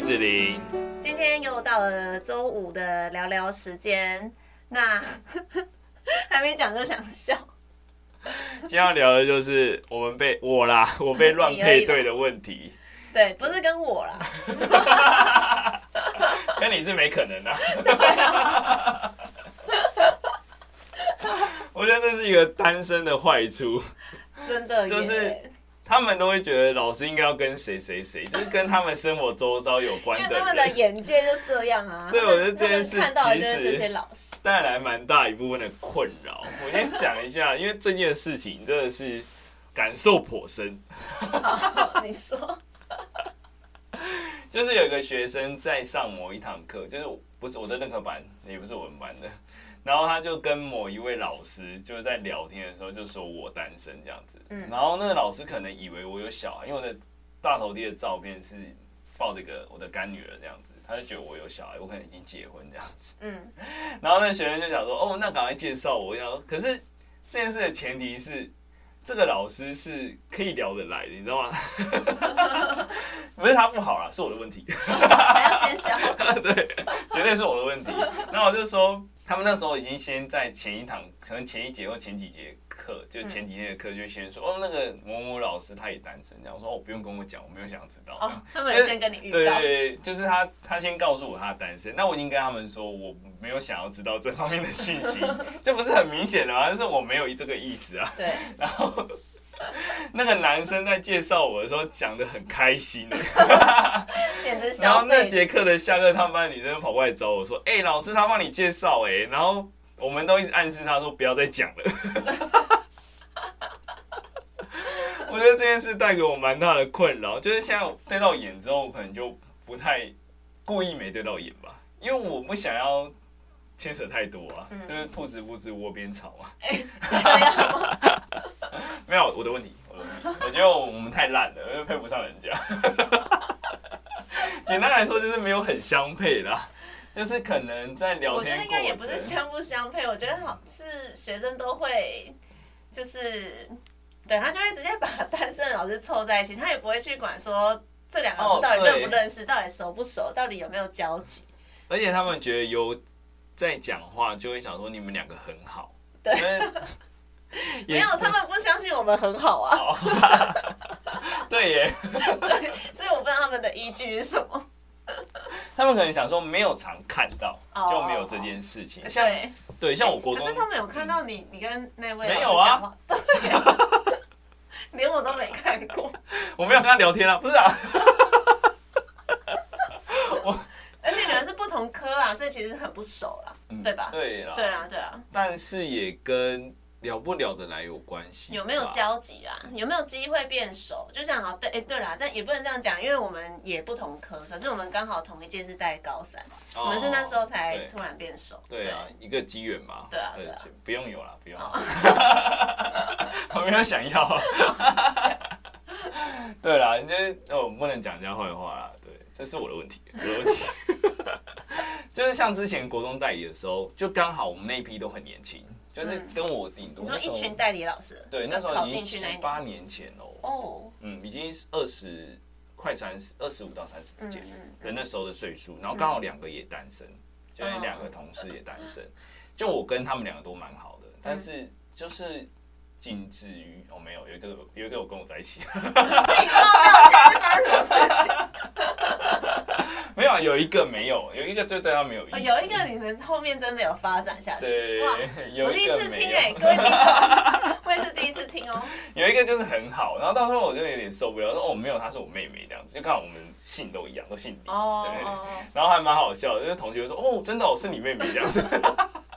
志玲。今天又到了周五的聊聊时间，那 还没讲就想笑，今天要聊的就是我们被 我啦，我被乱配对的问题，对，不是跟我啦，跟你是没可能的、啊啊 我觉得这是一个单身的坏处，真的耶，就是他们都会觉得老师应该要跟谁谁谁，就是跟他们生活周遭有关因为的他们的人，眼界就这样啊。 对他们我觉得这件事他们看到的其就实是这些老师， 带来蛮大一部分的困扰。我先讲一下，因为最近的事情真的是感受颇深，好你说，就是有一个学生在上某一堂课，就是不是我的任课班，也不是我们班的， 然后他就跟某一位老师就是在聊天的时候就说我单身这样子，嗯然后那个老师可能以为我有小孩，因为我的大头贴的照片是抱着一个我的干女儿这样子，他就觉得我有小孩，我可能已经结婚这样子， 嗯，然后那学生就想说哦，那赶快介绍我，我想说可是这件事的前提是。这个老师是可以聊得来的，你知道吗？ 不是他不好啦，是我的问题。还要先笑，对， 绝对是我的问题。然后我就说，他们那时候已经先在前一堂，可能前一节或前几节课，就前几天的课就先说，哦，那个某某老师他也单身，这样我说，哦，不用跟我讲，我没有想要知道。哦，他们有先跟你预对告对，对，就是他，他先告诉我他单身，那我已经跟他们说我没有想要知道这方面的讯息，这不是很明显的吗？就是我没有这个意思啊。对，然后 那个男生在介绍我的时候讲的很开心，啊简直然后消那费，节课的下课，他们班的女生跑过来找我说：“哎、老师，他帮你介绍哎、然后我们都一直暗示他说不要再讲了。 我觉得这件事带给我蛮大的困扰，就是现在我对到眼之后，我可能就不太故意没对到眼吧，因为我不想要牵扯太多啊，嗯就是兔子不吃窝边草啊嘛。是这样吗没有我的问题，我的问题，我觉得我们太烂了，因为配不上人家。 简单来说就是没有很相配啦，就是可能在聊我觉得天应过该也不是程，相不相配，我觉得好是学生都会，就是对他就会直接把 单身的老师凑在一起，他也不会去管说这两个老哦师到底对认不认识，到底熟不熟，到底有没有交集。而且他们觉得有在讲话，就会想说你们两个很好。对因 为，也没有，他们不相信我们很好啊， 对耶，对，所以我不知道他们的依据是什么。他们可能想说没有常看到，哦就没有这件事情。像对，对，像我国可中是他们有看到你，你跟那位没老有师啊讲话，对， 连我都没看过， 我没有跟他聊天啊，不是啊，而且你们是不同科啦，所以其实很不熟啦， 对吧？对啦，对啊，，对啊。但是也跟聊不聊得来有关系吧，有没有交集啦？有没有机会变熟？就像好，对，哎、对啦，但也不能这样讲，因为我们也不同科，可是我们刚好同一届是带高三，哦？我们是那时候才对突然变熟。对啊，一个机缘嘛。对啊对啊哦呃不用有了，不用。 我没有想 要啊。对啦，你这哦，不能讲人家坏话啦。对，这是我的问题，我的 问题。就是像之前国中代理的时候，就刚好我们那一批都很年轻，就是跟我顶多嗯对，你那说时一候群代理老师，对那时候考已进经去七那一年八年前哦，哦，嗯，已经二十快三十，二十五到三十之嗯间。嗯，的那时候的岁数，然后刚好两个也单身，就是两个同事也单身，就我跟他们两个都蛮好的，但嗯是就是仅止于哦没有，有一个有一个我跟我在一起， 嗯自己都不知道现在发生什么事情。没有有一个没有，有一个就对他没有意哦思，有一个你们后面真的有发展下去，对哇，有我第一一个次没听有哎、，各位听众，我也是第一次听 哦。有一个就是很好，然后到时候我就有点受不了，说哦没有，她是我妹妹这样子，就刚好我们姓都一样，都姓李，哦对哦，然后还蛮好笑的，就是同学说哦真的哦是你妹妹这样子，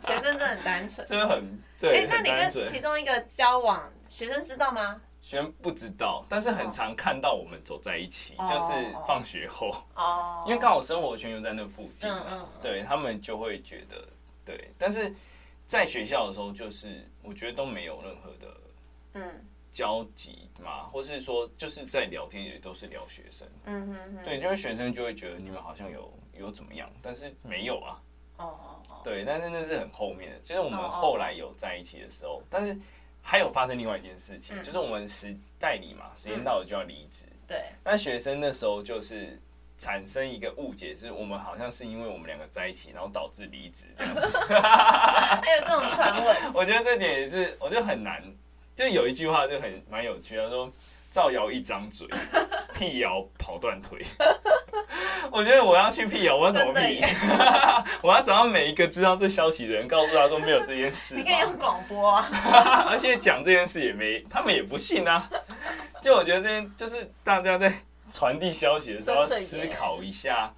学生真的很单纯。真的很哎、对，那很你单跟纯。其中一个交往，学生知道吗？虽然不知道，但是很常看到我们走在一起，哦就是放学后，哦，因为刚好生活圈又在那附近啊、嗯嗯嗯对他们就会觉得对，但是在学校的时候，就是我觉得都没有任何的嗯交集嘛，或是说就是在聊天也都是聊学生，嗯哼哼，对，就是学生就会觉得你们好像有有怎么样，但是没有啊，哦哦对，但是那是很后面的，就是我们哦哦后来有在一起的时候，但是还有发生另外一件事情，嗯就是我们时代理嘛，时间到了就要离职。对，那学生那时候就是产生一个误解，是我们好像是因为我们两个在一起，然后导致离职这样子。 还有这种传闻，我觉得这点也是，我觉得很难。就有一句话就很蛮有趣，他说“造谣一张 嘴，辟谣跑断腿” 。我觉得我要去辟谣，我要怎么真的辟耶？ 我要找到每一个知道这消息的人，告诉他说没有这件事 你可以嘛。用广播啊， 而且讲这件事也没，他们也不信啊。 就我觉得这件，就是大家在传递消息的时候，要真的耶思考一下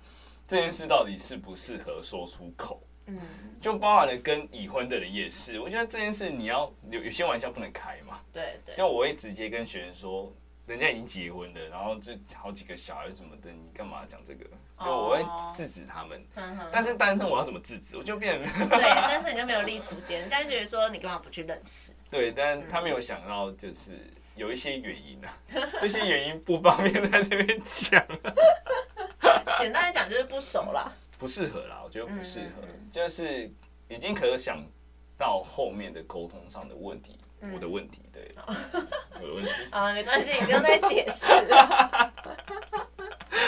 这件事到底适不适合说出口。嗯，就包含了跟已婚的人也是，我觉得这件事你要有有些玩笑不能开嘛。对对，就我会直接跟学员说，人家已经结婚了，然后就好几个小孩什么的，你干嘛讲这个？就我会哦制止他们。嗯哼，但是单身我要怎么制止？我就变成对，但是你就没有立足点，人家就觉得说你干嘛不去认识？对，但他没有想到就是有一些原因啊， 这些原因不方便在这边讲，简单来讲就是不熟啦， 不适合啦，我觉得不适合嗯嗯，就是已经可想到后面的沟通上的问题，嗯我的问题，对，嗯我的问题，啊，没关系，你不用再解释了，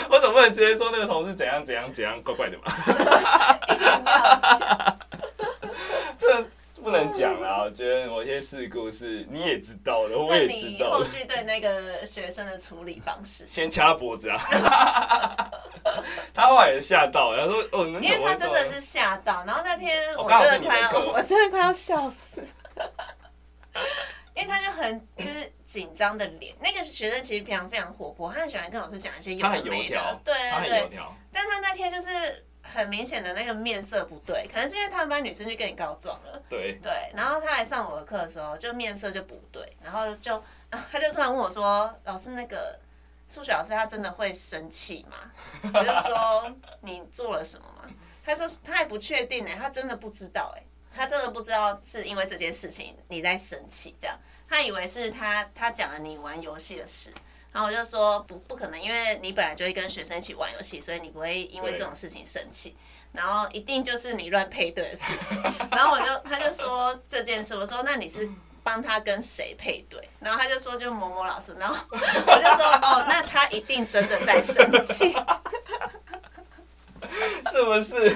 我总不能直接说那个同事怎样怎样怎样怪怪的吧？一定要讲这不能讲啦，我觉得某些事故是你也知道 的，我那也知你道后的，续对那个学生的处理方式，先掐脖子啊。 他后来也吓到，然后说：“哦，你怎么因为他会这真样的是吓到，然后那天我哦刚好是真你的的快要，课我真的快要笑死。因为他就很就是紧张的脸，那个学生其实平常非常活泼，他很喜欢跟老师讲一些有他很的没油条的，对对他很对油。条，但是他那天就是很明显的那个面色不对，可能是因为他们班女生去跟你告状了，对，对。然后他来上我的课的时候，就面色就不对，然后就然后他就突然问我说：“老师，那个数学老师他真的会生气吗？”我就说：“你做了什么吗？”他说：“他还不确定呢、欸他真的不知道哎、他真的不知道是因为这件事情你在生气这样，他以为是他他讲了你玩游戏的事。”然后我就说不不可能，因为你本来就会跟学生一起玩游戏，所以你不会因为这种事情生气。然后一定就是你乱配对的事情。 然后我就他就说这件事，我说那你是帮他跟谁配对？然后他就说就某某老师，然后我就说哦，那他一定真的在生气。是不是？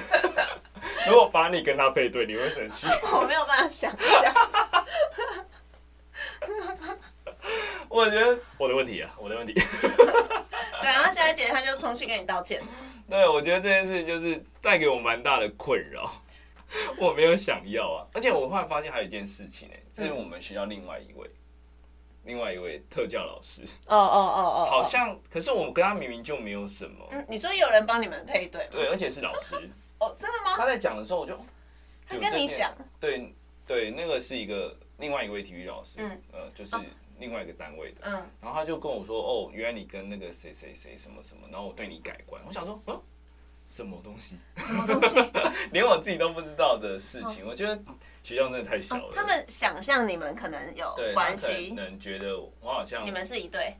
如果把你跟他配对，你会生气。 我没有办法想象， 我觉得我的问题啊，我的问 题。对，然后下一节他就冲去跟你道歉，对，我觉得这件事就是带给我蛮大的困 扰，我没有想要啊。而且我忽然发现还有一件事情呢、这是我们学校另外一位，另外一位特教老师，哦哦哦哦，好像，可是我跟他明明就没有什么，嗯，你说有人帮你们配对吗？对，而且是 老师，哦，真的吗？他在讲的时候我就，他跟你讲，对对，那个是一个另外一位体育老师，嗯呃，就是另外一个单位的，嗯，然后他就跟我说，哦，原来你跟那个谁谁谁什么什么，然后我对你改观，我想说，嗯、什么东西？ 什么东西？哦连我自己都不知道的事情，我觉得学校真的太小了。哦他们想象你们可能有对关他系，可能觉得我好像你们是一对，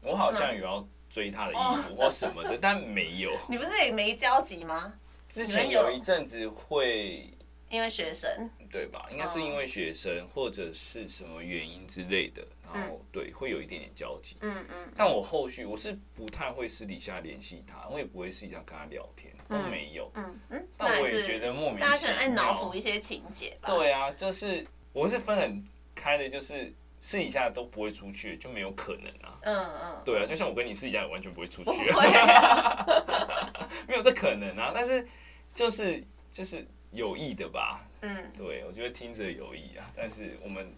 我好像有要追他的衣哦服或什么的，但没 有。你不是也没交集吗？之前有一阵子会，因为学生，对吧？应该是因哦为学生或者是什么原因之类的，然后对会有一点点交集。嗯嗯，但我后续我是不太会私底下联系他，我也不会私底下跟他聊天，都没有。嗯嗯，那但也我也觉是得莫名大家可其能爱脑妙补。一些情节吧。对啊，就是我是分很开的，就是私底下都不会出去，就没有可能啊。嗯嗯，对啊，就像我跟你私底下也完全不会出不 去、会啊， 啊，没有这可能啊。但是就是就是有意的吧？嗯，对，我觉得听着有意啊，但是我们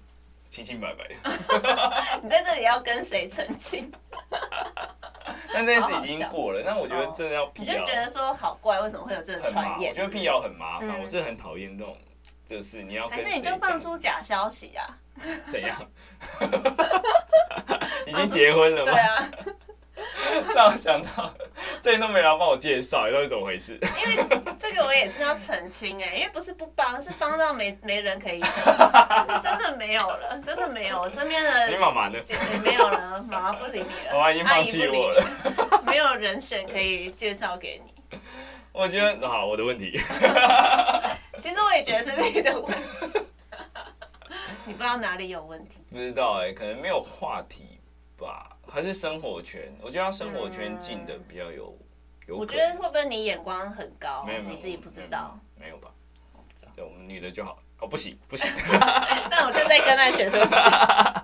清清白白的。你在这里要跟谁澄清？但这件事已经过了，但我觉得真的要辟哦你就谣觉得说好怪，为什么会有这个很麻传烦，我言觉？得辟谣很麻烦，嗯我是很讨厌这种。就是你要跟还是你就谁放讲出假消息 啊？怎 样？已经结婚了对吗？啊， 让我想到最近都没人帮我介绍，也都是怎么回事？因为这个我也是要澄清哎、因为不是不帮，是帮到没没人可以帮，是真的没有了，真的没有，我身边你的妈妈呢？姐姐没有了，妈妈不理你了，妈妈已经阿放姨不弃理我你，了。没有人选可以介绍给你。 我觉得好，我的问题。其实我也觉得是你的问题， 你不知道哪里有问题。不知道哎、可能没有话题吧，还是生活圈？我觉得要生活圈进的比较有、有嗯我可觉能得会不会你眼光很高没有，没有你自己不知道？，没有没有没有吧？对，我们女的就好了。哦，不行不行， 那我就在跟那学生说，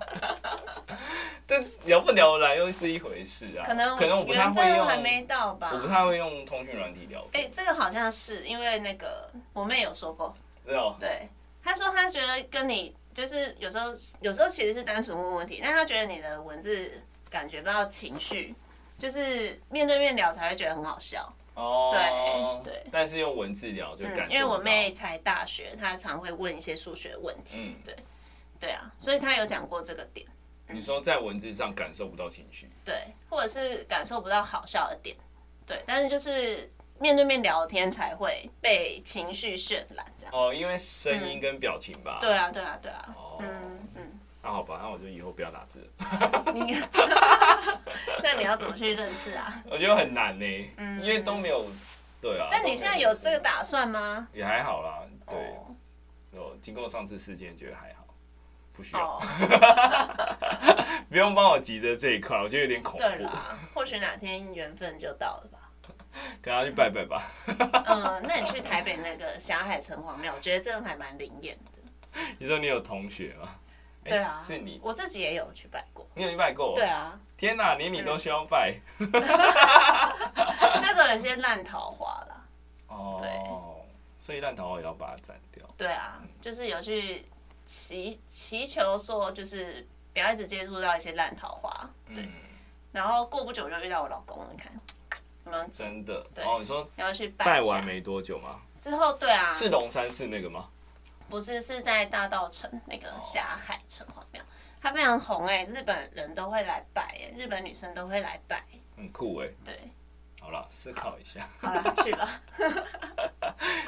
这聊不聊得来又是一回事啊。可能可能我不太缘会分还没用，到吧我。不太会用通讯软体聊哎、天。这个好像是因为那个我妹有说过，知道？对，她说她觉得跟你就是有时候有时候其实是单纯问问题，但她觉得你的文字感觉不到情绪，就是面对面聊才会觉得很好笑。哦，对对但是用文字聊就感嗯，受不到因为我妹才大学，她常会问一些数学问题，嗯对，对啊，所以她有讲过这个点，你说在文字上感受不到情绪，对，或者是感受不到好笑的点，对，但是就是面对面聊天才会被情绪渲染，这样，哦，因为声音跟表情吧。嗯对。啊，对啊，对啊，哦嗯嗯，那好吧，那我就以后不要打字了。你， 那你要怎么去认识啊？我觉得很难呢，嗯因为都没有。对啊。但你现在有这个打算吗？也还好啦，对。哦我经过上次事件，觉得还好，不需要，哦，不用帮我急着这一块，我觉得有点恐对怖。 啦，或许哪天缘分就到了吧。跟他去拜拜吧，嗯，那你去台北那个霞海城隍庙，我觉得这个还蛮灵验的。你说你有同学吗？哎对啊，是你，哦我自己也有去拜过。你有去拜过？对。啊，天哪，连你都需要拜。那种有些烂桃花啦。哦。所以烂桃花也要把它斩掉。对啊，就是有去祈祈求说，就是不要一直接触到一些烂桃花。对，嗯，然后过不久就遇到我老公了，你看，有没有？真的。对哦，你说要去拜拜一下完没多久吗？之后，对啊，是龙山寺那个吗？不是是在大道城那哦个霞海城隍庙，它非常红哎、日本人都会来拜、哎，日本女生都会来拜。很酷哎。对，好了，思考一下。好啦，去 吧。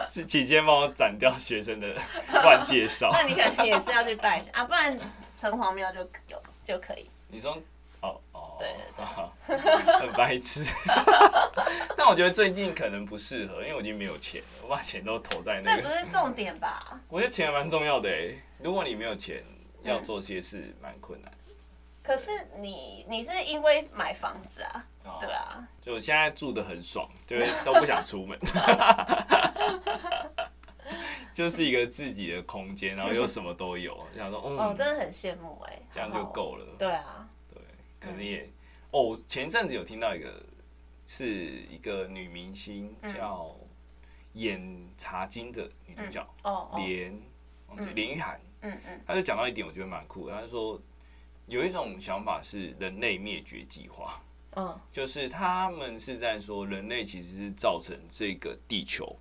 是期间帮我斩掉学生的乱介 绍。那你可能也是要去拜一下啊，不然城隍庙就有就可以。你说，哦哦，对对对好，很白痴。 但我觉得最近可能不适合，因为我已经没有钱了，我把钱都投在那这不个。是重点吧？我觉得钱还蛮重要的诶，如果你没有钱，要做些事蛮困难。可是你你是因为买房子啊，哦对啊，就我现在住的很爽，就是都不想出门， 就是一个自己的空间，然后又什么都有，想说，哦，嗯，真的很羡慕哎、这样就够了。对啊，对，可能也、哦，我前阵子有听到一个是一个女明星嗯叫演茶经的女主角哦哦，连忘记连玉涵，嗯嗯，她就讲到一点我觉得蛮酷的，她就说有一种想法是人类灭绝计划，嗯就是他们是在说人类其实是造成这个地球。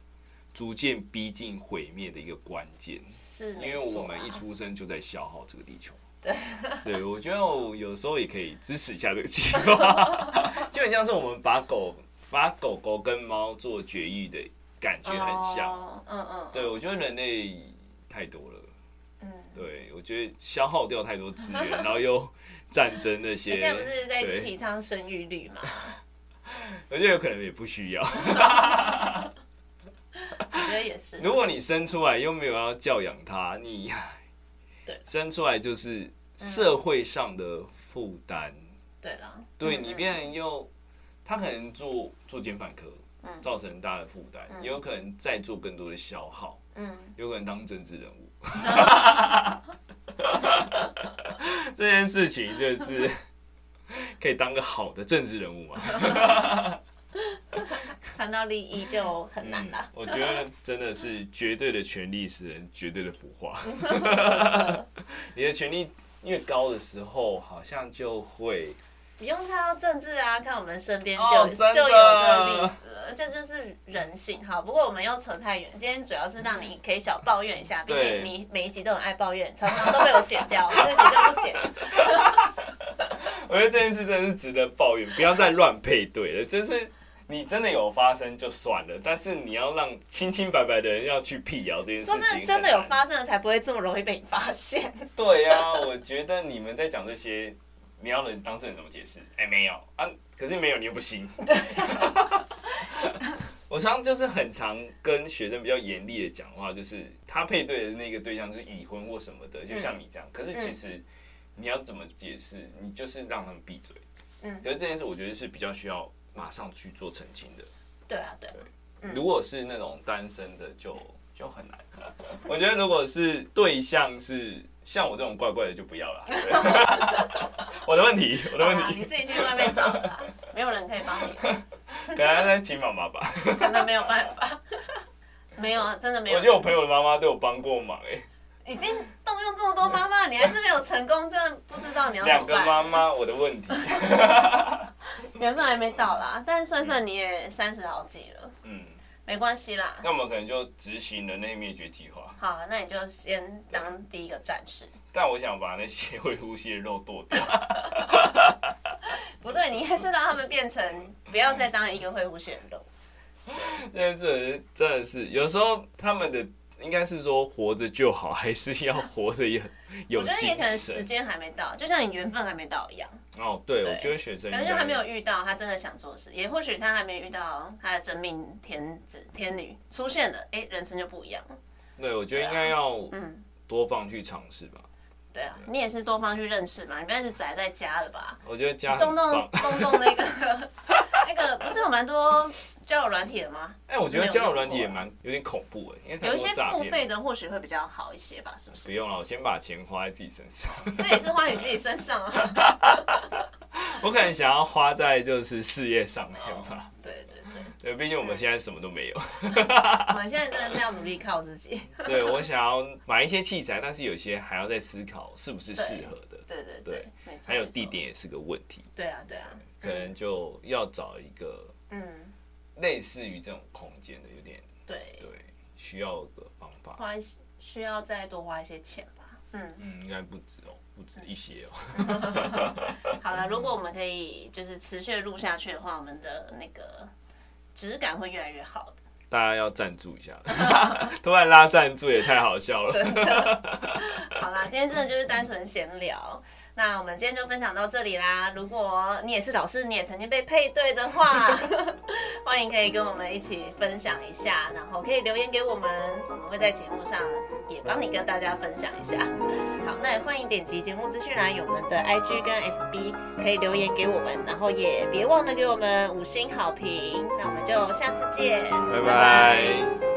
逐渐逼近毁灭的一个关键，是因没为错啊、我们一出生就在消耗这个地球。对，对我觉得我有时候也可以支持一下这个 计划，就很像是我们把狗把狗狗跟猫做绝育的感觉很像。哦，嗯嗯，对，我觉得人类太多了，嗯。对我觉得消耗掉太多资 源，然后又战争那些你，现在不是在对提倡生育率嘛？我觉得有可能也不需要。我觉得也 是。如果你生出来又没有要教养它，你对生出来就是社会上的负担。对了，对嗯你变成又，他可能做做肩反科，嗯造成很大的负担，嗯也有可能再做更多的消耗，嗯，有可能当政治 人物。这件事情就是可以当个好的政治人物嘛？看到利益就很难啊啦。嗯我觉得真的是绝对的权力使人绝对的腐 化。你的权力越高的时候，好像就会不用看到政治啊，看我们身边就、哦真的就有这个例子了，这就是人性哈。不过我们又扯太远，今天主要是让你可以小抱怨一下，毕对竟你每一集都很爱抱怨，常常都被我剪 掉，这一集就不剪。我觉得这件事真的是值得抱怨，不要再乱配对了。就是你真的有发生就算了，但是你要让清清白白的人要去辟谣这件事情说很难，真的，真的有发生了才不会这么容易被你发现。对啊，我觉得你们在讲这些，你要人当事人怎么解释？哎、没有啊，可是没有你又不行。我常就是很常跟学生比较严厉的讲话，就是他配对的那个对象是已婚或什么的，就像你这样。可是其实你要怎么解释？你就是让他们闭嘴。嗯可是这件事我觉得是比较需要马上去做澄清的。对啊，对啊，嗯如果是那种单身的就，就很难。 我觉得如果是对象是像我这种怪怪的，就不要了。对 我的问题，我的好啊问啦，题，你自己去外面找 啦，没有人可以帮你，可能再请妈妈吧。可能没有办法。 没有啊，真的没有。我觉得我朋友的妈妈对我帮过忙、欸，已经动用这么多妈妈，你还是没有成功，真的不知道你要两怎么办。个妈妈，我的 问题，缘分还没到啦，但算算你也三十好几了，嗯，没关系啦。那我们可能就执行人类灭绝计划，好，那你就先当第一个战士。但我想把那些会呼吸的肉剁掉， 不对，你还是让他们变成不要再当一个会呼吸的肉。这件事真的是有时候他们的应该是说活着就好，还是要活得也有我觉得也精可能时神。间还没到，就像你缘分还没到一样，哦，对，对我觉得学生可能就还没有遇到他真的想做的事，也或许他还没遇到他的真命天子天女出现了，哎、人生就不一样了。对，我觉得应该要嗯，多方去尝试吧。对啊，你也是多方去认识嘛，你不要一直宅在家了吧？我觉得家很动动啊棒。动动那个 那个，不是有蛮多交友软体的吗？哎，我觉得是没有交友用软体过也啊蛮有点恐怖哎，因为太有一多些诈付骗。费的或许会比较好一些吧，是不不是？用了，我先把钱花在自己身上。 这也是花你自己身上啊。我可能想要花在就是事业上面 吧。对对对，对，毕竟我嗯们现在什么 都没有。我们现在真的是要努力靠自己。对我想要买一些器材，但是有些还要再思考是不是适合的。对对对对，没错。还有没错地。点也是个问题，对啊对啊，可能就要找一个嗯，类似于这种空间的，有点对，对，需要个方法。花一些需要再多花一些钱吧。嗯，嗯，应该不止哦，不止一些哦。好了，如果我们可以就是持续地录下去的话，我们的那个质感会越来越好的。大家要赞助一下， 突然拉赞助也太好笑了。 好啦，今天真的就是单纯闲聊。那我们今天就分享到这里啦。如果你也是老师，你也曾经被配对的话， 欢迎可以跟我们一起分享一下，然后可以留言给我们，我们会在节目上也帮你跟大家分享一下。好，那也欢迎点击节目资讯栏有我们的 IG 跟 FB，可以留言给我们，然后也别忘了给我们五星好评。那我们就下次见，拜拜。